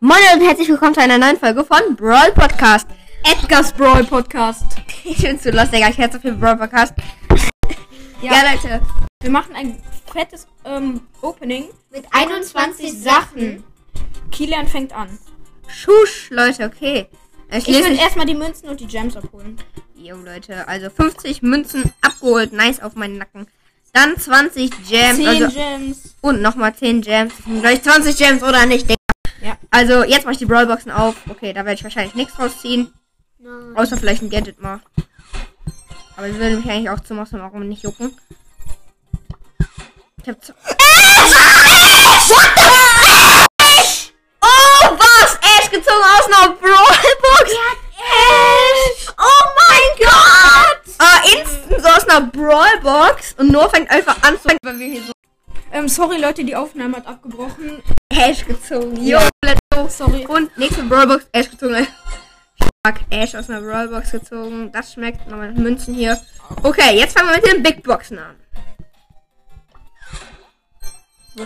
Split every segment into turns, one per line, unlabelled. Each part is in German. Moin und herzlich willkommen zu einer neuen Folge von Brawl Podcast. Edgar's Brawl Podcast. Ich bin zu lost, Digga. Ich hätte so viel Brawl Podcast. Ja, Leute.
Wir machen ein fettes ähm, Opening.
Mit 21 Sachen.
Kilian fängt an.
Schusch, Leute, okay. Ich
Ich
lese
würde erstmal die Münzen und die Gems abholen.
Jo, Leute. Also 50 Münzen abgeholt. Nice auf meinen Nacken. Dann 20 Gems.
10
Also,
Gems.
und nochmal 10 Gems. Das sind Gleich 20 Gems oder nicht, Digga.
Ja.
Also, jetzt mache ich die Brawlboxen auf. Okay, da werde ich wahrscheinlich nichts rausziehen.
Nein.
Außer vielleicht ein Gadget mal. Aber das würde mich eigentlich auch zum Warum nicht jucken. Ich hab zu. Oh, was? Ash gezogen aus einer Brawlbox? Ash! Oh mein Gott! Ah, instant so aus einer Brawlbox. Und nur fängt einfach an zu. Weil wir hier so
Ähm, sorry Leute, die Aufnahme hat abgebrochen. Oh,
Ash gezogen. Jo, let's go.
Sorry.
Und nächste Brawlbox, Ash gezogen. Stark, Ash aus einer Brawlbox gezogen. Das schmeckt. Nochmal Münzen hier. Okay, jetzt fangen wir mit den Big Boxen an.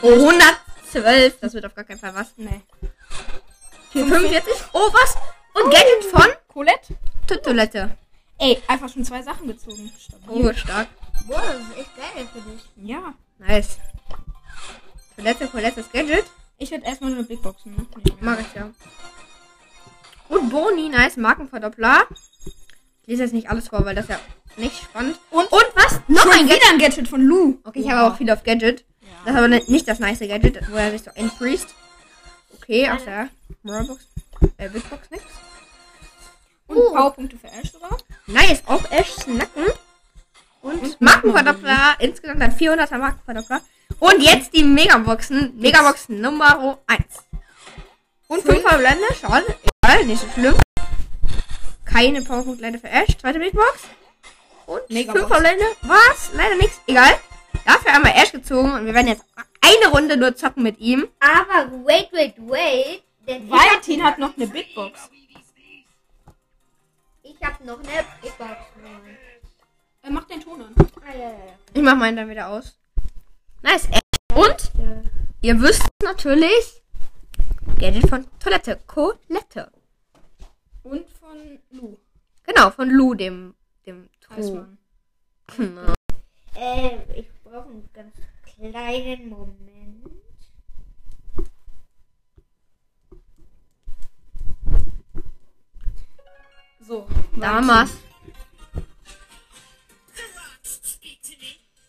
Oh, 112. Das wird auf gar keinen Fall was.
Nee.
45. Oh, was? Und Gadget von
Colette?
Tut Toilette.
Ey, einfach schon zwei Sachen gezogen. Stabil.
Oh, stark.
Boah, das ist echt geil für dich.
Ja.
Nice. Toilette, Toilette, das Gadget.
Ich werde erstmal nur Big Boxen machen.
Mag ich ja. Und Boni, nice. Markenverdoppler. Ich lese jetzt nicht alles vor, weil das ja nicht spannend.
Und-
Und was? Noch
Schon
ein Gadget.
wieder ein Gadget von Lou.
Okay, ich habe auch viel auf Gadget. Das ist aber nicht nicht das nice Gadget, wo er sich so entfriest. Okay, ach ja. Moralbox. Äh, Bitbox nix.
Und Powerpunkte für Ash sogar.
Nice, auch Ashs Nacken. Und Markenverdoppler. Insgesamt dann 400er Markenverdoppler. Und jetzt die Megaboxen. Megabox Nummer 1. Und 5 verbleibende. Schade. Egal, nicht so schlimm. Keine Powerpunktleine für Ash. Zweite Bigbox. Und
Megabox.
5 verbleibende. Was? Leider nichts. Egal. Dafür einmal Ash gezogen. Und wir werden jetzt eine Runde nur zocken mit ihm.
Aber wait, wait, wait. Denn
Valentin hat noch eine Big Box.
ich hab noch eine Big Box. gewonnen.
Äh, mach den Ton an.
Ah, ja, ja,
Ich mach meinen dann wieder aus. Nice. Ash. Und
ja.
Ihr wisst natürlich, Gadget von Toilette, Colette.
Und von Lou.
Genau, von Lou, dem, dem Tro.
Eismann.
Genau.
Ähm, ich brauche einen ganz kleinen Moment.
So.
Damals.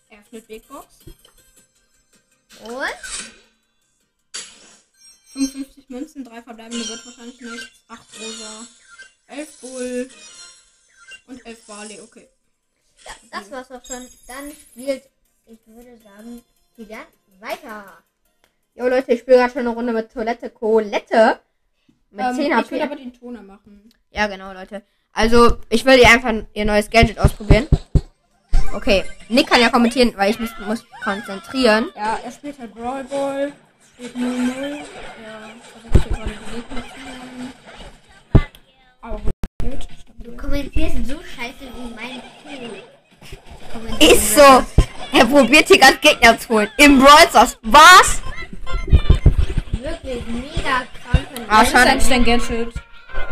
Er öffnet Big Box.
Und?
55 Münzen, 3 verbleibende wird wahrscheinlich nichts. 8 rosa, 11 Bull und 11 Barley, okay.
Ja, das war's auch schon. Dann spielt, ich würde sagen, Kilian weiter.
Jo Leute, ich spiele gerade schon eine Runde mit Toilette, Colette. Mit
Ähm,
10
ich
HP.
will aber den Toner machen.
Ja, genau, Leute. Also, ich will ihr einfach ihr neues Gadget ausprobieren. Okay, Nick kann ja kommentieren, weil ich mich muss konzentrieren.
Ja, er spielt halt Brawl Ball, es steht 0-0. Er versucht hier also gerade die Gegner zu nehmen. Aber gut,
Du
stabil.
kommentierst so scheiße wie mein Kind.
Ist so. Er probiert hier ganz Gegner zu holen. Im Brawl Stars. Was?
Wirklich mega krank. und
Ah,
geil.
schade.
Das ist ein Gadget.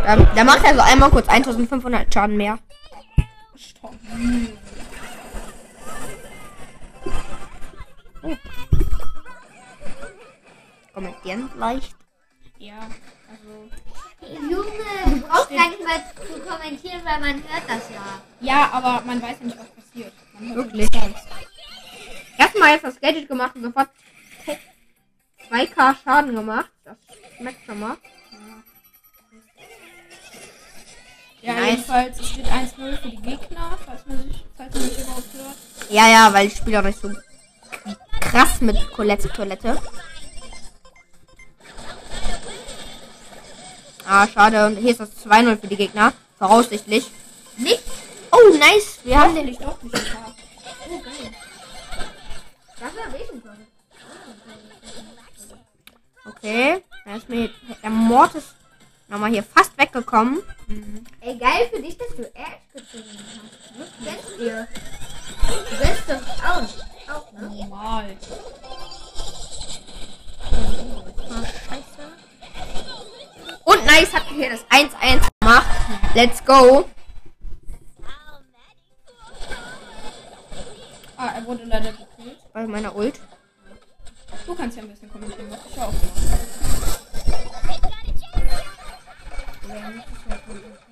Da, da macht er so einmal kurz 1500 Schaden mehr.
Stopp.
Oh. Kommentieren leicht.
Ja, also.
Junge, du brauchst gar nicht mal zu kommentieren, weil man hört das ja.
Ja, aber man weiß ja nicht, was passiert. Man hört
Wirklich. Erstmal jetzt das Gadget gemacht und sofort 2k Schaden gemacht. Das schmeckt schon mal.
Ja,
Nice.
jedenfalls, es steht 1-0 für die Gegner, falls man sich, falls man mich überhaupt hört.
Ja, ja, weil ich spiele auch nicht so krass mit Colette Toilette. Ah, schade. Und hier ist das 2-0 für die Gegner. Voraussichtlich. Nicht. Oh, nice. Wir haben den.
Ich doch nicht gefahren.
Das war Regenbogen.
Okay. Da ist mir der Mord ist nochmal hier fast weggekommen.
Ey, geil für dich, dass du Ash gezogen hast. Wirklich. Kennst du dir? Du bist doch auch, auch ne?
Normal.
Ah, scheiße. go.
Ah, er wurde leider gekillt.
Bei meiner Ult.
Du kannst ja ein bisschen kommentieren, was ich auch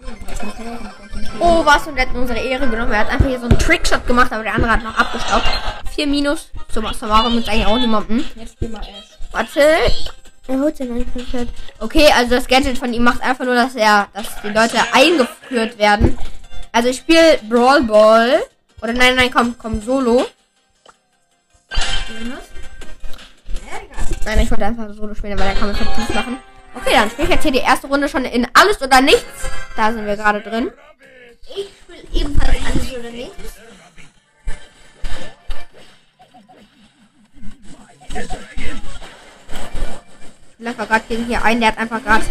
mache.
Oh, was? Und er hat unsere Ehre genommen. Er hat einfach hier so einen Trickshot gemacht, aber der andere hat noch abgestoppt. Vier Minus. Zum Warum mit eigentlich auch niemandem.
Jetzt spiel mal Ash.
Warte. Er holt sein eigenes Gadget. Okay, also das Gadget von ihm macht einfach nur, dass er, dass die Leute eingeführt werden. Also ich spiele Brawl Ball. Oder nein, nein, komm, komm, Solo. Nein, ich wollte einfach Solo spielen, weil da kann man Verdienst machen. Okay, dann spiele ich jetzt hier die erste Runde schon in alles oder nichts. Da sind wir gerade drin.
Ich spiele ebenfalls alles oder nichts.
Ich bin einfach gerade gegen hier einen, der hat einfach gerade.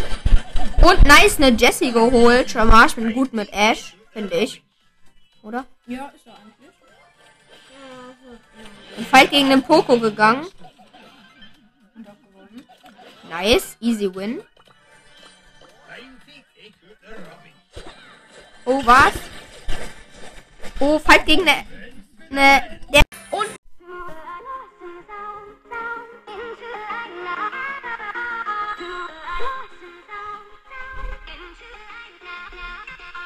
Und nice eine Jessie geholt. Schon mal, ich bin gut mit Ash, finde ich. Oder?
Ja, ist er eigentlich.
Ein Fight gegen den Poco gegangen.
Und auch gewonnen.
Nice, easy win. Oh, was? Oh, Fight gegen eine. Ne, der